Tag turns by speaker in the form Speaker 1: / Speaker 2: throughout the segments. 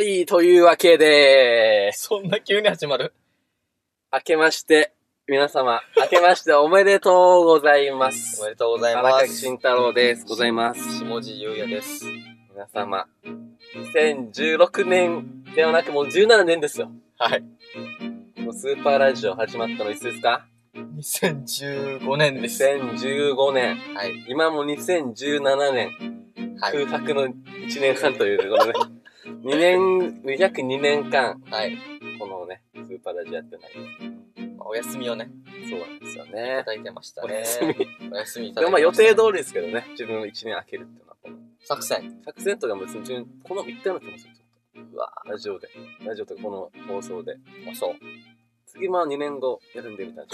Speaker 1: い、というわけで、
Speaker 2: そんな急に始まる
Speaker 1: 明けまして、皆様、明けましておめでとうございます。
Speaker 2: おめでとうござい
Speaker 1: 荒
Speaker 2: ま
Speaker 1: 垣
Speaker 2: す
Speaker 1: 慎。太郎です。ございます。
Speaker 2: 下地優也です。
Speaker 1: 皆様、2016年ではなくもう17年ですよ。
Speaker 2: はい。
Speaker 1: もうスーパーラジオ始まったのいつですか
Speaker 2: 2015年です。
Speaker 1: ?2015 年。
Speaker 2: はい。
Speaker 1: 今も2017年。
Speaker 2: はい。
Speaker 1: 空白の1年半というところで。2年、約2年間、
Speaker 2: はい。
Speaker 1: このね、スーパーラジオやってない。
Speaker 2: お休みをね、
Speaker 1: そうなんですよ
Speaker 2: い
Speaker 1: ね
Speaker 2: た。だいてました
Speaker 1: お
Speaker 2: ね。
Speaker 1: 休み。
Speaker 2: お休みいた
Speaker 1: で
Speaker 2: だ
Speaker 1: も
Speaker 2: いて
Speaker 1: まあ予
Speaker 2: ました
Speaker 1: 定通りですけどね、自分の1年空けるっていうのはこの。
Speaker 2: 作戦。
Speaker 1: 作戦とかも別に自分、この言ったような気もする。うわぁラジオで。ラジオとかこの放送で。
Speaker 2: あ、そう。
Speaker 1: 次まあ2年後やるんでみたい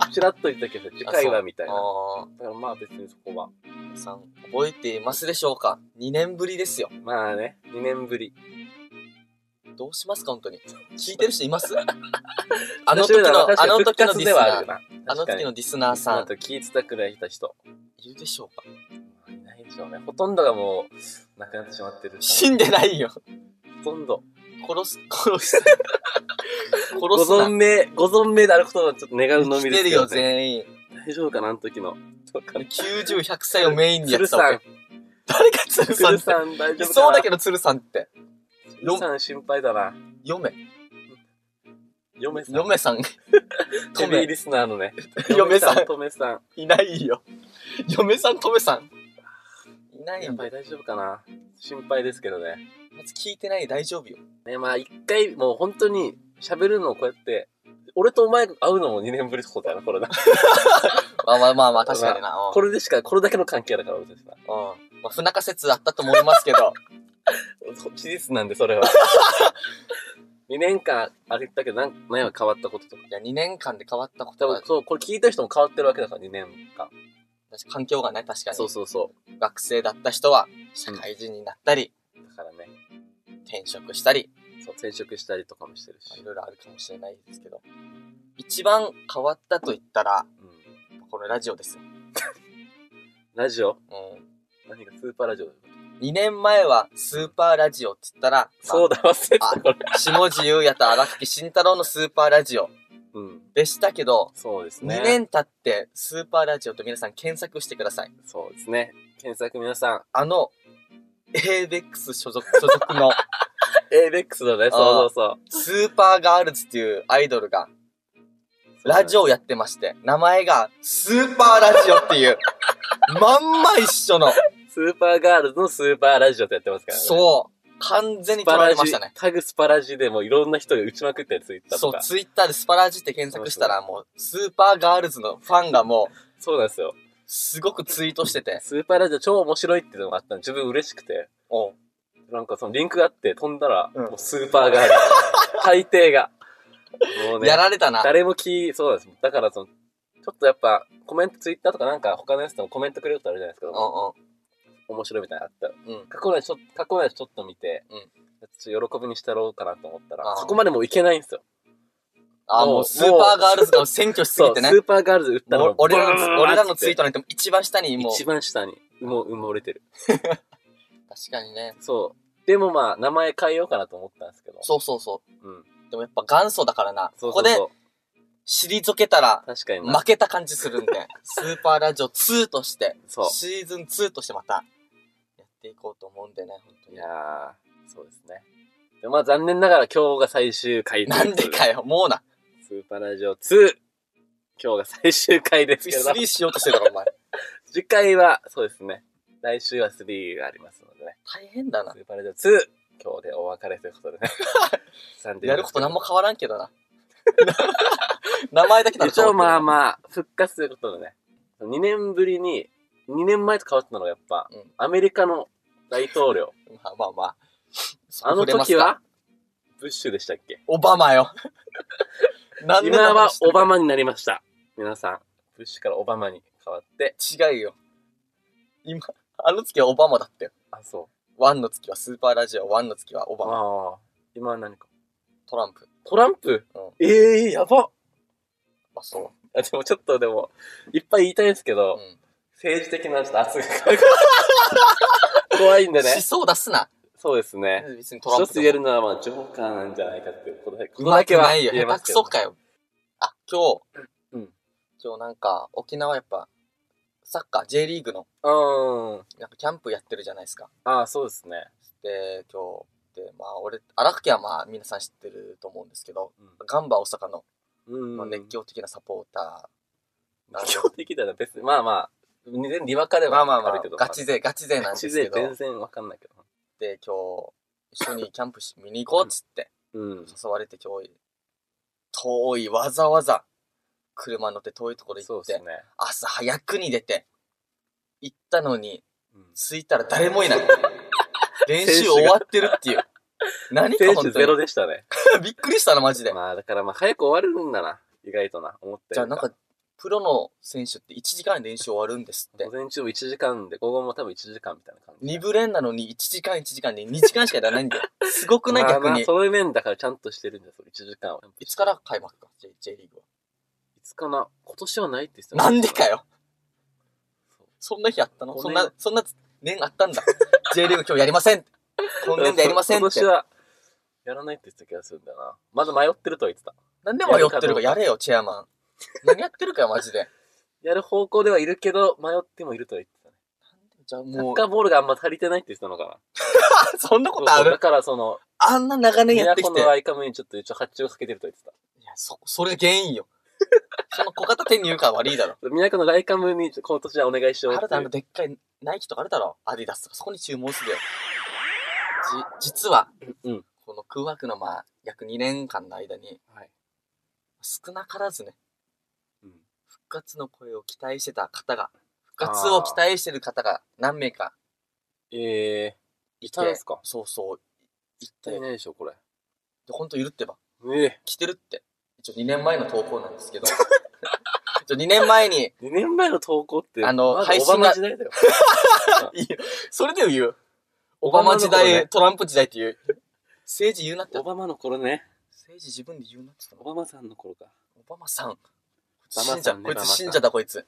Speaker 1: な。 ちらっと言ったけど、次回はみたいな。
Speaker 2: あ
Speaker 1: だからまあ別にそこは。
Speaker 2: ー、皆さん、覚えていますでしょうか ?2 年ぶりですよ。
Speaker 1: まあね、2年ぶり。
Speaker 2: どうしますか本当に。聞いてる人います あの時
Speaker 1: 確かに
Speaker 2: の、あの
Speaker 1: 復
Speaker 2: 時の
Speaker 1: 活
Speaker 2: ディ
Speaker 1: で
Speaker 2: ス
Speaker 1: はあ
Speaker 2: ナー。
Speaker 1: るな。
Speaker 2: あの時のディスナー
Speaker 1: さん。
Speaker 2: さ
Speaker 1: あ
Speaker 2: ん
Speaker 1: と、聞いてたくらいた人。
Speaker 2: いるでしょうか
Speaker 1: いないでしょうね。ほとんどがもう、亡くなってしまってる。
Speaker 2: 死んでないよ。
Speaker 1: ほとんど。
Speaker 2: 殺す、殺す。
Speaker 1: ご
Speaker 2: 殺すな
Speaker 1: 存。命、ご存命であることをちょっと願うの
Speaker 2: 来
Speaker 1: みで
Speaker 2: てる
Speaker 1: すけど、
Speaker 2: よ、
Speaker 1: ね。
Speaker 2: 全員。
Speaker 1: 大丈夫かな、あの時の。どうかな。
Speaker 2: 90、100歳をメインにやって
Speaker 1: 鶴
Speaker 2: た
Speaker 1: さ
Speaker 2: わ
Speaker 1: ん
Speaker 2: け。、誰か鶴さん
Speaker 1: 鶴
Speaker 2: って。
Speaker 1: さん大
Speaker 2: い
Speaker 1: 丈夫かな。
Speaker 2: そうだけど鶴さんって。
Speaker 1: 鶴さん心配だな。
Speaker 2: 嫁。
Speaker 1: 嫁さん。
Speaker 2: 嫁 さん。
Speaker 1: ヘビー
Speaker 2: 嫁。
Speaker 1: リスナーのね。
Speaker 2: 嫁さん
Speaker 1: とめさ。
Speaker 2: いないよ。嫁さん、嫁さん。いなんい
Speaker 1: や
Speaker 2: よ。
Speaker 1: っぱ
Speaker 2: ま
Speaker 1: り大丈夫かな。心配ですけどね。
Speaker 2: ず聞いてない大丈夫よ。
Speaker 1: ね、まあ一回、もう本当に喋るのをこうやって、俺とお前が会うのも2年ぶりってことだな、こ れな。
Speaker 2: まあまあまあまあ、確かにな。うん
Speaker 1: これでしか、これだけの関係だから、俺たちは。
Speaker 2: うん。まあ、不仲説あったと思いますけど。
Speaker 1: 事実なんで、それは。2年間、あれ言ったけど、なん何が変わったこととか。
Speaker 2: いや、2年間で変わったこ
Speaker 1: 多
Speaker 2: とは
Speaker 1: 分、、そう、これ聞いた人も変わってるわけだから、2年間。
Speaker 2: 私環境がね、確かに。
Speaker 1: そうそうそ
Speaker 2: 学生だった人は、社会人になったり、
Speaker 1: う。だからね、
Speaker 2: 転職したり、
Speaker 1: そう、転職したりとかもしてる
Speaker 2: まあ
Speaker 1: し
Speaker 2: い。ろいろあるかもしれないですけど。一番変わったと言ったら、
Speaker 1: うん。
Speaker 2: このラジオですよ。
Speaker 1: ラジオ
Speaker 2: う
Speaker 1: 何かスーパーラジオだよ
Speaker 2: ん。2年前はスーパーラジオって言ったら、
Speaker 1: そうだ、忘れてた、これ。
Speaker 2: まあ下地優也と荒木慎太郎のスーパーラジオ
Speaker 1: うん。
Speaker 2: でしたけど、
Speaker 1: そうですね。
Speaker 2: 2年経ってスーパーラジオと皆さん検索してください。
Speaker 1: そうですね。検索皆さん。
Speaker 2: あの、エーベックス所属、所属の
Speaker 1: エイベックスだね、そうそうそう。
Speaker 2: スーパーガールズっていうアイドル が、ラジオをやってまして、名前がスーパーラジオって いう、まんま一緒の、
Speaker 1: スーパーガールズのスーパーラジオってやってますからね。う。
Speaker 2: そう、完全に
Speaker 1: スパ
Speaker 2: 取ら
Speaker 1: ラ
Speaker 2: れま
Speaker 1: ジ
Speaker 2: したね。
Speaker 1: タグスパラジでもいろんな人が打ちまくったやついった
Speaker 2: そ
Speaker 1: と
Speaker 2: う
Speaker 1: か、。
Speaker 2: ツイッターでスパラジって検索したらもう、スーパーガールズのファンがもう、
Speaker 1: そうなんですよ。
Speaker 2: すごくツイートしてて、
Speaker 1: スーパーラジオ超面白いっていうのがあったの自分嬉しくて。
Speaker 2: おう
Speaker 1: なんかそのリンクがあって飛んだら、
Speaker 2: うん
Speaker 1: もうスーパー ガールズ。大抵が。もうね
Speaker 2: や、られたな。
Speaker 1: 誰も聞い、そうなんです。だからその、ちょっとやっぱ、コメント、ツイッターとかなんか他のやつでもコメントくれることあるじゃないですか
Speaker 2: う。ん
Speaker 1: 面白いみたいなのあった。
Speaker 2: うん。うん。
Speaker 1: 過去のやつちょ過去のやつちょっと見て、
Speaker 2: うん
Speaker 1: ちょっと喜びにしたろうかなと思ったら
Speaker 2: あ、ー
Speaker 1: そこまでもういけないんですよ。
Speaker 2: あ、
Speaker 1: もう
Speaker 2: もうスーパーガールズが占拠しす
Speaker 1: そ
Speaker 2: ぎ
Speaker 1: う、
Speaker 2: てね
Speaker 1: ス。ーパーガールズ売った
Speaker 2: も
Speaker 1: の
Speaker 2: う俺らの
Speaker 1: ブ
Speaker 2: ツ、
Speaker 1: ワー
Speaker 2: 俺らのツイート
Speaker 1: っ
Speaker 2: なんて一番下に
Speaker 1: て
Speaker 2: もう、
Speaker 1: 一番下に、もう埋もれてる。
Speaker 2: 確かにね。
Speaker 1: そう。でもまあ、名前変えようかなと思ったんですけど。。
Speaker 2: そうそうそう
Speaker 1: うん。
Speaker 2: う。でもやっぱ元祖だからな。
Speaker 1: そうそうそう
Speaker 2: ここで、退けたら、
Speaker 1: 確かにな
Speaker 2: 負けた感じするん で、スーパーラジオ2として、
Speaker 1: そう
Speaker 2: シーズン2としてまた、やっていこうと思うんでね、本当
Speaker 1: い
Speaker 2: に
Speaker 1: や。ー、そうですね。でまあ、残念ながら今日が最終回とい
Speaker 2: な
Speaker 1: うんこと
Speaker 2: でかよ、もうな。
Speaker 1: スーパーラジオ2。今日が最終回です
Speaker 2: 次
Speaker 1: けど、
Speaker 2: 3しようとしてるだろ、お前。
Speaker 1: 次回は、そうですね。来週は3がありますのでね。
Speaker 2: 大変だな
Speaker 1: ス。ーパーラジオ2。今日でお別れということで ね。残念
Speaker 2: やること何も変わらんけどな。 名前だけだろ、
Speaker 1: 一応まあ
Speaker 2: あ。
Speaker 1: まあ、復活ということでね。2年ぶりに、2年前と変わったのがやっぱ、
Speaker 2: うん
Speaker 1: アメリカの大統領。
Speaker 2: まあまあまあ。そこ
Speaker 1: あの
Speaker 2: 触れます
Speaker 1: 時
Speaker 2: か
Speaker 1: は、ブッシュでしたっけ
Speaker 2: オバマよ。何
Speaker 1: 今はオバマになりました。皆さん、ブッシュからオバマに変わって、
Speaker 2: 違うよ。今、あの月はオバマだったよ。
Speaker 1: あ、そ
Speaker 2: ワンの月はスーパーラジオ、ワンの月はオ
Speaker 1: う。
Speaker 2: バマ、
Speaker 1: ああ、今は何か。
Speaker 2: トランプ。
Speaker 1: トランプ、
Speaker 2: うん
Speaker 1: ええやば
Speaker 2: あ、そ
Speaker 1: あ、でもちょっとでも、いっぱい言いたいんですけ
Speaker 2: う。
Speaker 1: ど、
Speaker 2: うん。
Speaker 1: 政治的なちょっと圧が怖いんでね
Speaker 2: 思。想出すな。
Speaker 1: そうですね。
Speaker 2: 別にトラン
Speaker 1: 一
Speaker 2: プ
Speaker 1: つ
Speaker 2: でも
Speaker 1: 言えるのは、まあ、ジョーカーなんじゃないかっていうことだけ
Speaker 2: うまくないよ。
Speaker 1: 言え
Speaker 2: 下
Speaker 1: ま
Speaker 2: 手く
Speaker 1: すけ
Speaker 2: そ
Speaker 1: ど
Speaker 2: かよ。あ、今日、
Speaker 1: うん
Speaker 2: 今日なんか、沖縄やっぱ、サッカー、J リーグの、
Speaker 1: うん。
Speaker 2: なんかキャンプやってるじゃないですか。
Speaker 1: ああ、そうですね。
Speaker 2: で、今日、で、まあ俺、荒垣はまあ皆さん知ってると思うんですけど、ガンバ大阪の
Speaker 1: うん。
Speaker 2: まあ熱狂的なサポーターなんで
Speaker 1: 熱狂的だな、別に。まあまあ、全然にわかれ
Speaker 2: ま
Speaker 1: ば
Speaker 2: あまあ
Speaker 1: わ
Speaker 2: ま
Speaker 1: か
Speaker 2: あ
Speaker 1: るけど。、
Speaker 2: ガチ勢、ガチ勢なん
Speaker 1: ガ
Speaker 2: です
Speaker 1: チ
Speaker 2: け
Speaker 1: 勢
Speaker 2: ど、
Speaker 1: 全然わかんないけど。
Speaker 2: で、今日、一緒にキャンプし、見に行こうっつって、
Speaker 1: うん。
Speaker 2: 誘われて今日、遠い、わざわざ、車乗って遠いところ
Speaker 1: そ
Speaker 2: 行
Speaker 1: う
Speaker 2: っ
Speaker 1: で
Speaker 2: て
Speaker 1: す、ね。
Speaker 2: 朝早くに出て、行ったのに、
Speaker 1: うん
Speaker 2: 着いたら誰 もいない。練習終わってるっていう。何か
Speaker 1: 選
Speaker 2: 本
Speaker 1: 手ゼ
Speaker 2: 当
Speaker 1: ロ
Speaker 2: に。
Speaker 1: でしたね。
Speaker 2: びっくりしたな、マジで。
Speaker 1: まあ、だからまあ、早く終わるんだな。意外とな、思って。
Speaker 2: じゃあなんか、、プロの選手って1時間練習終わるんですって
Speaker 1: 午。前中も1時間で、午後も多分1時間みたいな感じ。
Speaker 2: 2部練なのに1時間1時間で2時間しかやらないんだよ。すごくない
Speaker 1: まあ
Speaker 2: 逆
Speaker 1: まあ
Speaker 2: に。
Speaker 1: そういう面だからちゃんとしてるんだよ、それ1時間は。
Speaker 2: いつから開幕か、J, J リーグは。
Speaker 1: いつかな今年はないって言ってた
Speaker 2: なんでかよ。
Speaker 1: そ
Speaker 2: そ
Speaker 1: う
Speaker 2: んな日あったの
Speaker 1: こ
Speaker 2: そ
Speaker 1: の
Speaker 2: ん
Speaker 1: ね
Speaker 2: な、そんな年あった んだ。J リーグ今日やりません。今年度やりません
Speaker 1: 今
Speaker 2: って
Speaker 1: 年。は、やらないって言ってた気がするんだよな。まだ迷ってるとは言ってた。
Speaker 2: なんで迷ってるかやれよ、チェアマン。何やってるかよ、マジで。
Speaker 1: やる方向ではいるけど、迷ってもいるとは言ってたね。
Speaker 2: じゃあ
Speaker 1: サッ
Speaker 2: もう、
Speaker 1: カーボールがあんま足りてないって言ってたのかな。
Speaker 2: そんなことあ
Speaker 1: そうそうだ
Speaker 2: る
Speaker 1: からその、
Speaker 2: あんな長年やって
Speaker 1: 都
Speaker 2: きて。い
Speaker 1: の
Speaker 2: や、
Speaker 1: アイカムにちょっと一応発注をかけてると言ってた。
Speaker 2: そ、それ原因よ。 その小型手に言うから悪いだろ。
Speaker 1: 都のアイカムに今年はお願いしよう
Speaker 2: あ
Speaker 1: って
Speaker 2: る
Speaker 1: いう
Speaker 2: だろ、あのでっかいナイキとかあるだろ。アディダスとか、そこに注文するよ。じ、実は、
Speaker 1: うん
Speaker 2: この空枠のまあ、約2年間の間に、
Speaker 1: はい。
Speaker 2: 少なからずね、
Speaker 1: うん
Speaker 2: 復活の声を期待してた方が、復活を期待してる方が何名か
Speaker 1: え
Speaker 2: い
Speaker 1: いたん
Speaker 2: て
Speaker 1: すか、
Speaker 2: そうそう、い
Speaker 1: ー、
Speaker 2: て、
Speaker 1: いないでしょ、これ。
Speaker 2: ほんといるってば。
Speaker 1: ええ
Speaker 2: 来てるって。一応2年前の投稿なんですけど。 一応2年前に、
Speaker 1: 2年前の投稿って、
Speaker 2: あの
Speaker 1: まだ
Speaker 2: 配信が
Speaker 1: オバマ時代だよ。
Speaker 2: いやそれで言う。オ
Speaker 1: オ
Speaker 2: バ
Speaker 1: バ
Speaker 2: マ
Speaker 1: マ
Speaker 2: 時
Speaker 1: 時代
Speaker 2: 代、トランプ時代って言う。政治言うなって
Speaker 1: オ。バマの頃ね。
Speaker 2: 政治自分で言うなって言
Speaker 1: オ
Speaker 2: ったの。
Speaker 1: バマさんの頃か。
Speaker 2: オバマさん。
Speaker 1: バマさん
Speaker 2: 信者、
Speaker 1: ね
Speaker 2: こいつ
Speaker 1: バマさん
Speaker 2: 信者だこいつ。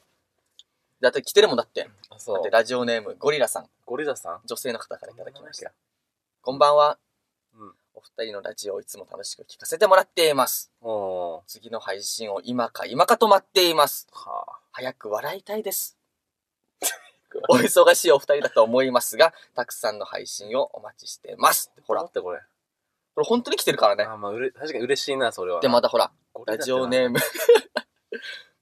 Speaker 2: だって来てるもんだって。
Speaker 1: あ、
Speaker 2: だ
Speaker 1: そ
Speaker 2: ってラジオネーム、ゴリラさん。
Speaker 1: ゴリラさん
Speaker 2: 女性の方からいただきました。
Speaker 1: た。
Speaker 2: こんばんは。
Speaker 1: うん
Speaker 2: お二人のラジオをいつも楽しく聞かせてもらっています。
Speaker 1: おー。
Speaker 2: 次の配信を今か今かと待っています。
Speaker 1: はあ。
Speaker 2: 早く笑いたいです。お忙しいお二人だと思いますが、たくさんの配信をお待ちしてます。ほら、
Speaker 1: 待
Speaker 2: こ
Speaker 1: ってこれ。
Speaker 2: れ本当に来てるからね。
Speaker 1: あ、まあ、うれ、確かに嬉しいな、それは。
Speaker 2: で、また
Speaker 1: だ、
Speaker 2: ほら、ラジオネーム。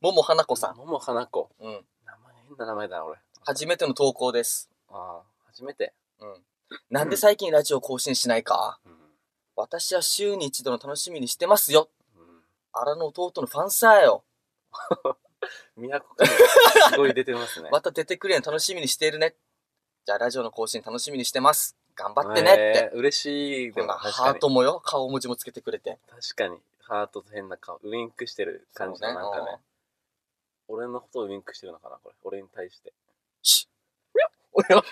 Speaker 2: ももはなこさん。
Speaker 1: もも花子。
Speaker 2: うん。
Speaker 1: 名前、変な名前だな、俺。
Speaker 2: 初めての投稿です。
Speaker 1: ああ、初めて。
Speaker 2: うん。なんで最近ラジオ更新しないか
Speaker 1: うん。
Speaker 2: 私は週に一度の楽しみにしてますよ。
Speaker 1: うん。
Speaker 2: 荒の弟のファンサーよ。
Speaker 1: 宮古からすごい出て ますね。
Speaker 2: また出てくれん楽しみにしてるね。じゃあラジオの更新楽しみにしてます。頑張
Speaker 1: 待
Speaker 2: ってねって。。
Speaker 1: 嬉しい。で
Speaker 2: こん
Speaker 1: も、
Speaker 2: な
Speaker 1: 確
Speaker 2: ハ
Speaker 1: か
Speaker 2: ー
Speaker 1: に。
Speaker 2: トもよ、顔文字もつけてくれて。
Speaker 1: 確かに。ハートと変な顔。ウインクしてる感じの、なんか
Speaker 2: そう
Speaker 1: ね。俺のことをウインクしてるのかな、これ。俺に対して。
Speaker 2: シ
Speaker 1: 俺 は。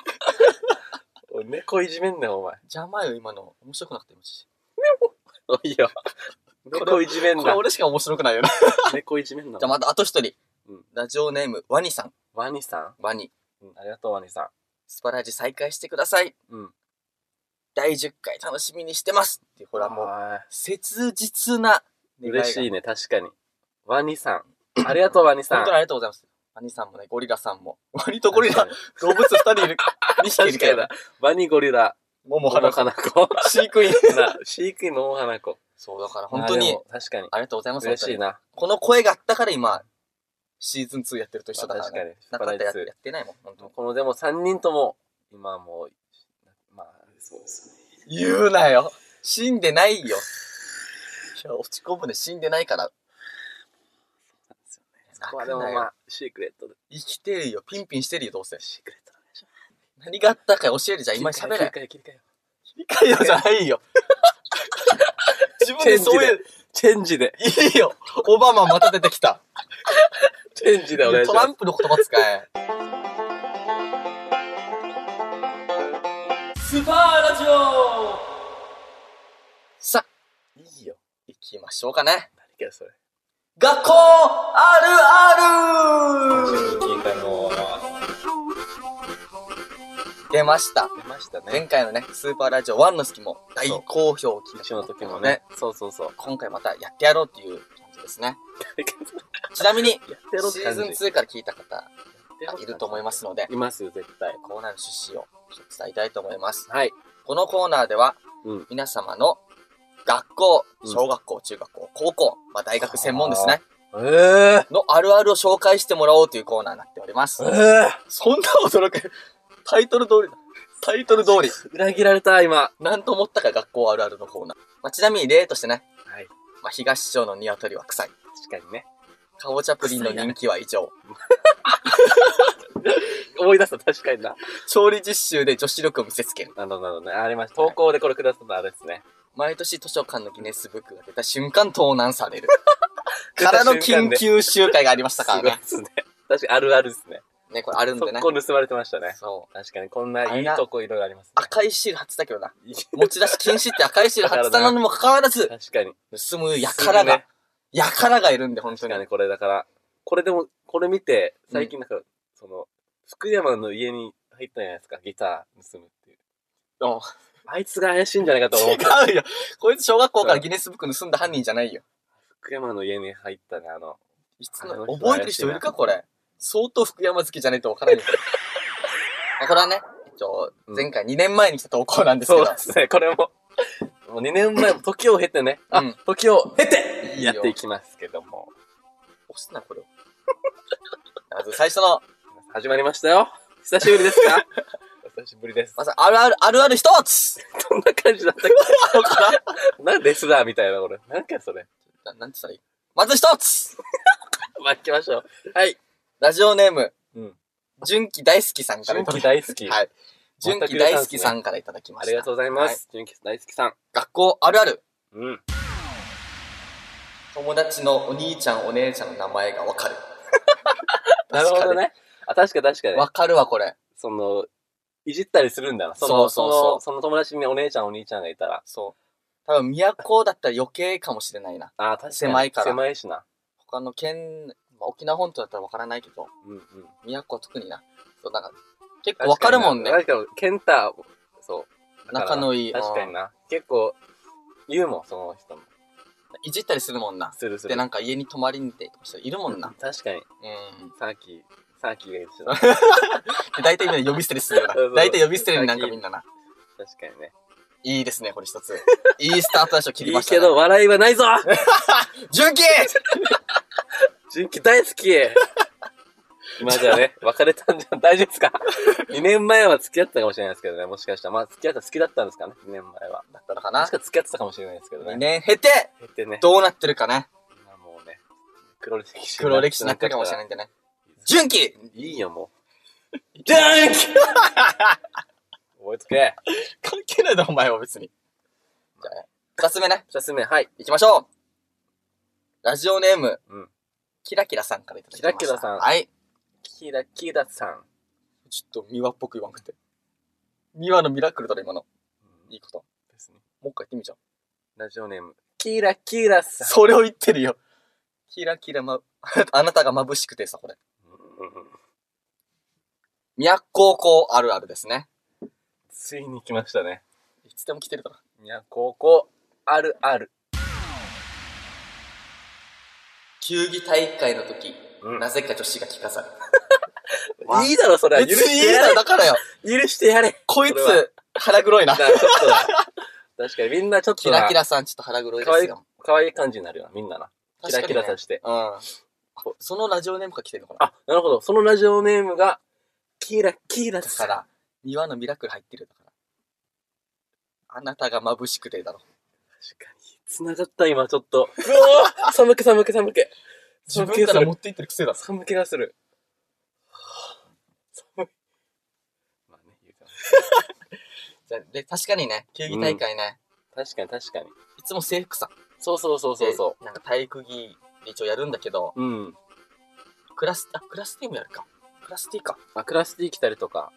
Speaker 1: おい猫いじめんなよ、お前。
Speaker 2: 邪魔よ、今の。面白くなくてもし。
Speaker 1: おいよ。
Speaker 2: れ
Speaker 1: 猫いじめん
Speaker 2: これ
Speaker 1: な。
Speaker 2: 俺しか面白くないよな。じ
Speaker 1: 猫いじめんな
Speaker 2: ゃあ。またあと一人
Speaker 1: うん。
Speaker 2: ラジオネーム、ワニさん。
Speaker 1: ワニさん
Speaker 2: ワニ。
Speaker 1: うんありがとう、ワニさ
Speaker 2: スパラジ再開してください。
Speaker 1: ん。うん。
Speaker 2: 第10回楽しみにしてます。っていうほらもう、
Speaker 1: は
Speaker 2: 切実ない願いが。
Speaker 1: 嬉しい
Speaker 2: ね。
Speaker 1: ね、確かに。ワニさん。ありがとう、ワニさ
Speaker 2: 本
Speaker 1: ん
Speaker 2: 当に。ありがとうございます。ワニさんもね、ゴリラさんも。ワニとゴリラ、動物二人いる。2匹いる
Speaker 1: 確
Speaker 2: か
Speaker 1: かに
Speaker 2: ら。。
Speaker 1: ワニゴリラ、
Speaker 2: もも
Speaker 1: モモ
Speaker 2: 花
Speaker 1: 花子。
Speaker 2: 飼育員。
Speaker 1: な飼育員モモ花子。
Speaker 2: そう、だから本当に
Speaker 1: まあでも、確かに。
Speaker 2: ありがとうございます。
Speaker 1: 嬉しい
Speaker 2: 本当に
Speaker 1: な。
Speaker 2: この声があったから今、シーズン2やってると一緒だ
Speaker 1: ま
Speaker 2: か
Speaker 1: あ
Speaker 2: ら
Speaker 1: 確
Speaker 2: ね。
Speaker 1: かに。
Speaker 2: な
Speaker 1: ス
Speaker 2: か
Speaker 1: パ
Speaker 2: った
Speaker 1: ラ
Speaker 2: らや
Speaker 1: イ
Speaker 2: っや
Speaker 1: ズ。
Speaker 2: ってないもん、本当に。
Speaker 1: このでも3人とも、今もう、まあ、そうですね。
Speaker 2: 言うなよ。死んでないよ。いや、落ち込むね。死んでないから。
Speaker 1: ここはでも
Speaker 2: 泣く
Speaker 1: ま
Speaker 2: なよ
Speaker 1: あ、シークレットで。
Speaker 2: 生きてるよ。ピンピンしてるよ、どうせ。
Speaker 1: シークレットでしょ。
Speaker 2: 何があったか教えるじゃん。今喋れ。
Speaker 1: 切り替え、切り替え。
Speaker 2: 理解よじゃない よ。自分でそういう。
Speaker 1: チェンジで。
Speaker 2: いいよ。オバマまた出てきた。
Speaker 1: チェンジでお願いし
Speaker 2: ト
Speaker 1: ま
Speaker 2: ラ
Speaker 1: す
Speaker 2: ン。プの言葉使え。
Speaker 1: スパーラジオ
Speaker 2: さ、
Speaker 1: いいよ。
Speaker 2: 行きましょうかね。
Speaker 1: 何かそれ。
Speaker 2: 学校あるある
Speaker 1: 聞いたのは。
Speaker 2: 出ました。
Speaker 1: 出ましたね。
Speaker 2: 前回のね、スーパーラジオ1の隙も大好評を聞い
Speaker 1: 一
Speaker 2: た
Speaker 1: 緒の時もね。そうそうそう。
Speaker 2: 今回またやってやろうっていう感じですね。ちなみに、
Speaker 1: やってろって
Speaker 2: シ
Speaker 1: 感
Speaker 2: ー
Speaker 1: じ
Speaker 2: ズン2から聞いた方がいると思いますので、
Speaker 1: いますよ、絶対。
Speaker 2: コーナーの趣旨をちょっと伝えたいと思います。
Speaker 1: はい。
Speaker 2: このコーナーでは、
Speaker 1: うん
Speaker 2: 皆様の学校、
Speaker 1: うん
Speaker 2: 小学校、中学校、高校、まあ、大学専門ですね、
Speaker 1: ええ
Speaker 2: のあるあるを紹介してもらおうというコーナーになっております。
Speaker 1: え
Speaker 2: そんな驚く。タイトル通りだ。タイトル通り。
Speaker 1: え裏切られた、今。
Speaker 2: なんと思ったか学校あるあるのコーナー。まあ、ちなみに例としてね、
Speaker 1: はい。
Speaker 2: まあ、東市場の鶏は臭い。
Speaker 1: 確かにね。
Speaker 2: かぼちゃプリンの人気は異常。
Speaker 1: 思い出した、確かにな。
Speaker 2: 調理実習で女子力を見せつける。
Speaker 1: なるほど、なるほどね。ありました。投稿でこれくださったあれですね。
Speaker 2: 毎年図書館のギネスブックが出た瞬間盗難さ れる。からの緊急集会がありましたから
Speaker 1: すごい
Speaker 2: ね
Speaker 1: で。すね。確かにあるあるですね。
Speaker 2: ね、これあるんでね。
Speaker 1: 速攻盗まれてましたね。
Speaker 2: そう。
Speaker 1: 確かに、こんないいとこいろいろありますね。
Speaker 2: 赤いシール貼ってたけどな。
Speaker 1: いい
Speaker 2: 持ち出し禁止って赤いシール貼ってたのにもかかわらず、
Speaker 1: 確かに。
Speaker 2: 盗むやからが、
Speaker 1: ね
Speaker 2: やからがいるんで、本当
Speaker 1: 確
Speaker 2: に
Speaker 1: か。に、これだから、これでも、これ見て、最近なんか、その、福山の家に入ったじゃないですか、ギター盗むっていう。
Speaker 2: うん
Speaker 1: あいつが怪しいんじゃないかと思って。
Speaker 2: 違うよ。こいつ小学校からギネスブック盗んだ犯人じゃないよ。
Speaker 1: 福山の家に入ったね、あの、
Speaker 2: いつの
Speaker 1: あの人
Speaker 2: 覚えてる人いるかこれ。相当福山好きじゃないとわ からない。まあこれはね、一応、
Speaker 1: うん
Speaker 2: 前回2年前に来た投稿なんですけ
Speaker 1: そ
Speaker 2: ど
Speaker 1: う。ですね、これも、もう2年前も時を経てね、
Speaker 2: う
Speaker 1: あ
Speaker 2: ん、
Speaker 1: 時を経て
Speaker 2: いいよ
Speaker 1: やっていきますけども、
Speaker 2: 押すな、これを。 まず最初の、
Speaker 1: 始まりましたよ。久しぶりですか お久しぶりです。
Speaker 2: まずあるある、あるある一つ
Speaker 1: どんな感じだったっけ なんでレスラーみたいな、俺。なんか それ。
Speaker 2: ななんて言ったらいいまず一つ
Speaker 1: まあ、行きましょう。はい。
Speaker 2: ラジオネーム、
Speaker 1: うん。
Speaker 2: 純喜大好きさんからい
Speaker 1: 純
Speaker 2: ただ
Speaker 1: 喜
Speaker 2: きま
Speaker 1: 大好き。
Speaker 2: はい。純喜大好きさんからいただきま
Speaker 1: あ
Speaker 2: した。
Speaker 1: りがとうございます。純喜大好きさん。
Speaker 2: 学校あるある。
Speaker 1: うん。
Speaker 2: 友達のお兄ちゃんお姉ちゃんの名前がわかる。
Speaker 1: なるほどね。あ、確か確か
Speaker 2: 確かに。
Speaker 1: に
Speaker 2: わ。かるわ、これ。
Speaker 1: その、いじったりするんだな。その、
Speaker 2: そ
Speaker 1: そ
Speaker 2: そ
Speaker 1: う
Speaker 2: うそう
Speaker 1: の、その友達にお姉ちゃんお兄ちゃんがいたら。
Speaker 2: そう。多分、都だったら余計かもしれないな。
Speaker 1: あー、確かに。
Speaker 2: 狭いから
Speaker 1: 狭いしな。
Speaker 2: 他の県、まあ沖縄本島だったらわからないけど、
Speaker 1: うんうん。
Speaker 2: 都は特にな。そう、なんか、結構わかるもんね。
Speaker 1: 確かに、ケンタ、そう。だから
Speaker 2: 仲のいい。
Speaker 1: 確か
Speaker 2: う
Speaker 1: に
Speaker 2: ん
Speaker 1: な。結構、言うもん、その人も。
Speaker 2: いじったりするもんな。
Speaker 1: するする。
Speaker 2: で、なんか家に泊まりに行ってとかしているもんな。
Speaker 1: 確かに、
Speaker 2: うん。
Speaker 1: サーキー、サーキーがいる しな。
Speaker 2: で大体みんな呼び捨てにするよな
Speaker 1: そうそ。う
Speaker 2: 大体呼び捨てになんかみんなな。
Speaker 1: 確かにね。
Speaker 2: いいですね、これ一つ。 いいスタートでしょ、切り
Speaker 1: い
Speaker 2: ま
Speaker 1: い
Speaker 2: した、
Speaker 1: け
Speaker 2: ね。
Speaker 1: ど、笑いはないぞ
Speaker 2: 純喜
Speaker 1: 純喜大好き 今じゃね、別れたんじゃ大丈夫ですか ?2 年前は付き合ってたかもしれないですけどね、もしかしたら。まあ、付き合った好きだったんですかね、2年前は。
Speaker 2: だったのかな
Speaker 1: 確か付き合ってたかもしれないですけど
Speaker 2: 2
Speaker 1: ね。
Speaker 2: 年経て、
Speaker 1: 減ってね。
Speaker 2: どうなってるかね。
Speaker 1: 今もうね、黒歴史。
Speaker 2: 黒歴史になってるかもしれない
Speaker 1: い。
Speaker 2: んでね。純喜
Speaker 1: いいよ、もう。ジャンキ覚えとけ。
Speaker 2: 関係ないだろ、お前は別に。じゃあね、二つ目ね。
Speaker 1: 二つ目、はい。
Speaker 2: 行きましょうラジオネーム、
Speaker 1: うん
Speaker 2: キラキラさんからいただきました。
Speaker 1: キラキラさん
Speaker 2: はい。
Speaker 1: キラキラさん。
Speaker 2: ちょっと、ミワっぽく言わんくて。ミワのミラクルだろ、今の。いいこと。
Speaker 1: ですね。
Speaker 2: もう一回言ってみちゃう。
Speaker 1: ラジオネーム、キラキラさん。
Speaker 2: それを言ってるよ。キラキラま、あなたが眩しくてさ、これ。宮高校あるあるですね。
Speaker 1: ついに来ましたね。
Speaker 2: いつでも来てるだろ。
Speaker 1: いや、高校、あるある。
Speaker 2: 球技大会の時、
Speaker 1: うん
Speaker 2: なぜか女子が着飾る。わ
Speaker 1: いいだろ、それは。許
Speaker 2: 別に
Speaker 1: して
Speaker 2: いいだ
Speaker 1: やれ
Speaker 2: ろ、。だからよ。
Speaker 1: 許してやれ。
Speaker 2: こい
Speaker 1: それは
Speaker 2: つ、腹黒いな
Speaker 1: な。ちょっとな確かにみんなちょっと
Speaker 2: キ
Speaker 1: な
Speaker 2: ラキラさん、ちょっと腹黒いですよ。
Speaker 1: 可愛い感じになるよな、みんなな。キラキ
Speaker 2: 確か
Speaker 1: ラ
Speaker 2: に
Speaker 1: さ
Speaker 2: ね
Speaker 1: して。
Speaker 2: うんあ。そのラジオネームから来てるのかな
Speaker 1: あ、なるほど。そのラジオネームが、キラキラ
Speaker 2: だか
Speaker 1: さん。
Speaker 2: ら、庭のミラクル入ってるだから。あなたが眩しくてだろ。
Speaker 1: 確かに。繋がった、今、ちょっと。寒気、寒気、寒気。
Speaker 2: 自分
Speaker 1: 自
Speaker 2: か
Speaker 1: 分から
Speaker 2: 持
Speaker 1: ら持
Speaker 2: っていってる癖だ。
Speaker 1: 寒気がする。寒い。まあね、言うても
Speaker 2: で、確かにね、球技大会ね、
Speaker 1: 確かに、確かに。
Speaker 2: いつも制服さん。
Speaker 1: そうそうそうそうそ
Speaker 2: でなんか体育着で一応やるんだけど、
Speaker 1: う。うん。
Speaker 2: クラス、あ、クラスティもやるか。クラスティか。
Speaker 1: まあ、クラスティー着たりとか、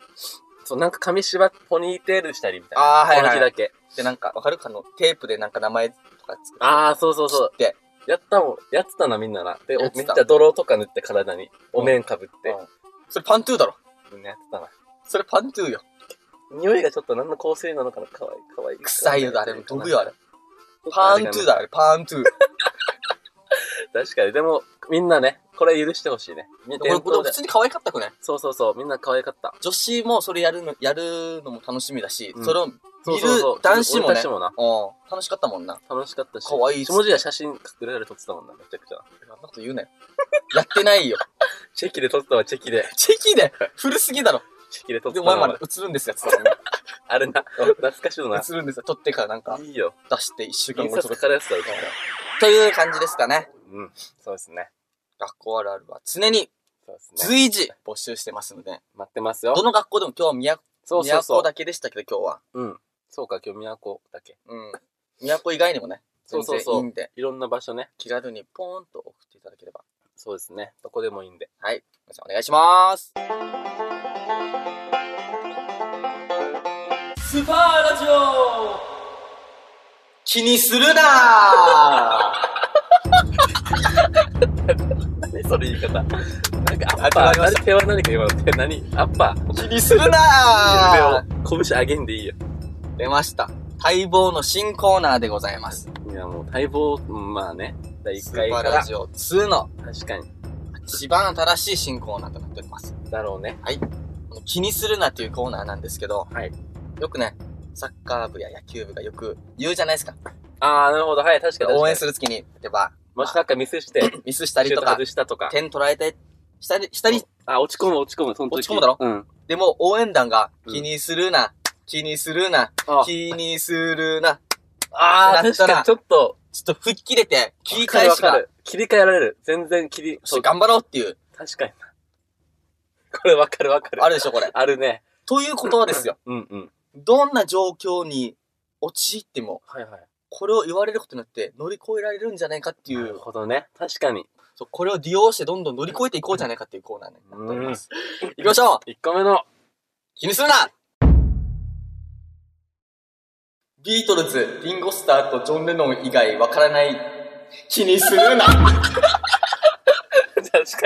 Speaker 1: そう、なんか髪縛っ、ポニーテールしたりみたいな。
Speaker 2: あーはいはい
Speaker 1: この日だけ。
Speaker 2: で、なんか、わかるかあの、テープでなんか名前とか作って。
Speaker 1: ああ、そうそうそう。
Speaker 2: で、
Speaker 1: やったもん、やってたな、みんなな。で、お
Speaker 2: やって
Speaker 1: めったちゃ泥とか塗って体に、
Speaker 2: うん
Speaker 1: お面かぶって、
Speaker 2: うんそれパントゥーだろ。
Speaker 1: みんなやってたな。
Speaker 2: それパントゥーよ。
Speaker 1: 匂いがちょっと何の香水なのかなかわいい、かわいい。
Speaker 2: 臭いよ、あれも飛ぶよ、あれ。パ
Speaker 1: パ
Speaker 2: ーントゥー
Speaker 1: だ。
Speaker 2: だ、あれ、パーントゥ ー。
Speaker 1: 確かに。でも、みんなね、これ許してほしいね。見
Speaker 2: これ、これ普通に可愛かったくね。
Speaker 1: そうそうそう、みんな可愛かった。
Speaker 2: 女子もそれやるの、やるのも楽しみだし、
Speaker 1: うん
Speaker 2: それを、
Speaker 1: そうそうそう。
Speaker 2: 見る男子もね
Speaker 1: 俺たちもな。
Speaker 2: うん、楽しかったもんな。
Speaker 1: 楽しかったし。
Speaker 2: 可愛いし
Speaker 1: 下地が写真隠れられ撮ってたもんな、めちゃくちゃ。
Speaker 2: そんなこと言うなよ。やってない よ。
Speaker 1: チェキで撮ったわ、チェキで。
Speaker 2: チェキで古すぎだろ。
Speaker 1: チェキで撮って
Speaker 2: で、お
Speaker 1: たわ
Speaker 2: 前まで映るんですよ、つったもんね
Speaker 1: あれな、
Speaker 2: うん
Speaker 1: 懐かしいな。
Speaker 2: 映るんですよ。撮ってからなんか
Speaker 1: いいよ。
Speaker 2: 出して一週間
Speaker 1: 印
Speaker 2: 後
Speaker 1: 刷
Speaker 2: とか
Speaker 1: 書。かれてたら、
Speaker 2: という感じですかね。
Speaker 1: うん。そうですね。
Speaker 2: 学校あるあるは常に
Speaker 1: そうですね。
Speaker 2: 随時募集してますので、
Speaker 1: 待ってますよ
Speaker 2: ど。の学校でも今日は宮
Speaker 1: そうそうそ
Speaker 2: 宮
Speaker 1: う
Speaker 2: 古。だけでしたけど今日は。
Speaker 1: うん。そうか、今日都だけ。
Speaker 2: うん。 宮古以外にもね、全
Speaker 1: そうそうそう
Speaker 2: 然いいんで、
Speaker 1: いろんな場所ね。
Speaker 2: 気軽にポーンと送っていただければ。
Speaker 1: そうですね。どこでもいいんで。
Speaker 2: はい。皆さんお願いします。スパーラジオ気にするなー
Speaker 1: 何それ言い方。なんか、アッ
Speaker 2: あ
Speaker 1: パ
Speaker 2: わか
Speaker 1: ー、
Speaker 2: りまし
Speaker 1: 何手は何か今の手、何アッパ
Speaker 2: 気にする
Speaker 1: ー。
Speaker 2: なー
Speaker 1: 腕を、拳上げんでいいよ。
Speaker 2: 出ました。待望の新コーナーでございます。
Speaker 1: いや、もう、待望、うんまあね。第1
Speaker 2: ス
Speaker 1: 回
Speaker 2: ーパー
Speaker 1: か
Speaker 2: ラ
Speaker 1: ら。
Speaker 2: ジオ2の
Speaker 1: 確かに。
Speaker 2: 一番新しい新コーナーとなっております。
Speaker 1: だろうね。
Speaker 2: この気にするなっていうコーナーなんですけど、
Speaker 1: はい
Speaker 2: よくね、サッカー部や野球部がよく言うじゃないですか。
Speaker 1: あー、なるほど。はい、確かに。
Speaker 2: 応援す
Speaker 1: る。
Speaker 2: るときに、例えば、
Speaker 1: もしなんかミスして、シ
Speaker 2: ミスしたり
Speaker 1: ュー
Speaker 2: と
Speaker 1: ト
Speaker 2: か
Speaker 1: 外、したとか。
Speaker 2: 点取られて、したり、したり、
Speaker 1: あ、落ち込む、落ち込む、その時
Speaker 2: 落ち込むだろ
Speaker 1: うん。
Speaker 2: でも応援団が
Speaker 1: うん
Speaker 2: 気にするな、気にするな、
Speaker 1: あ
Speaker 2: 気にするな、
Speaker 1: あー、
Speaker 2: だっ
Speaker 1: 確
Speaker 2: た
Speaker 1: からに、ちょっと、
Speaker 2: ちょっと吹っ切れて、切り
Speaker 1: わか
Speaker 2: 返
Speaker 1: る
Speaker 2: しが、
Speaker 1: わか
Speaker 2: よ
Speaker 1: る切り替えられる。全然切り、
Speaker 2: し頑張ろうっていう、
Speaker 1: 確かにな。これわかるわかる。
Speaker 2: あるでしょ、これ。
Speaker 1: あるね。
Speaker 2: ということはですよ。
Speaker 1: うんうん。
Speaker 2: どんな状況に陥っても、
Speaker 1: はいはい。
Speaker 2: これを言われることによって乗り越えられるんじゃないかってい
Speaker 1: な
Speaker 2: う
Speaker 1: る、ほどね。確かに。
Speaker 2: そうこれを利用してどんどん乗り越えていこうじゃないかっていうコーナーになっております。行きましょう
Speaker 1: 1個目の、
Speaker 2: 気にするなビートルズ、リンゴスターとジョン・レノン以外わからない気にするな
Speaker 1: 確か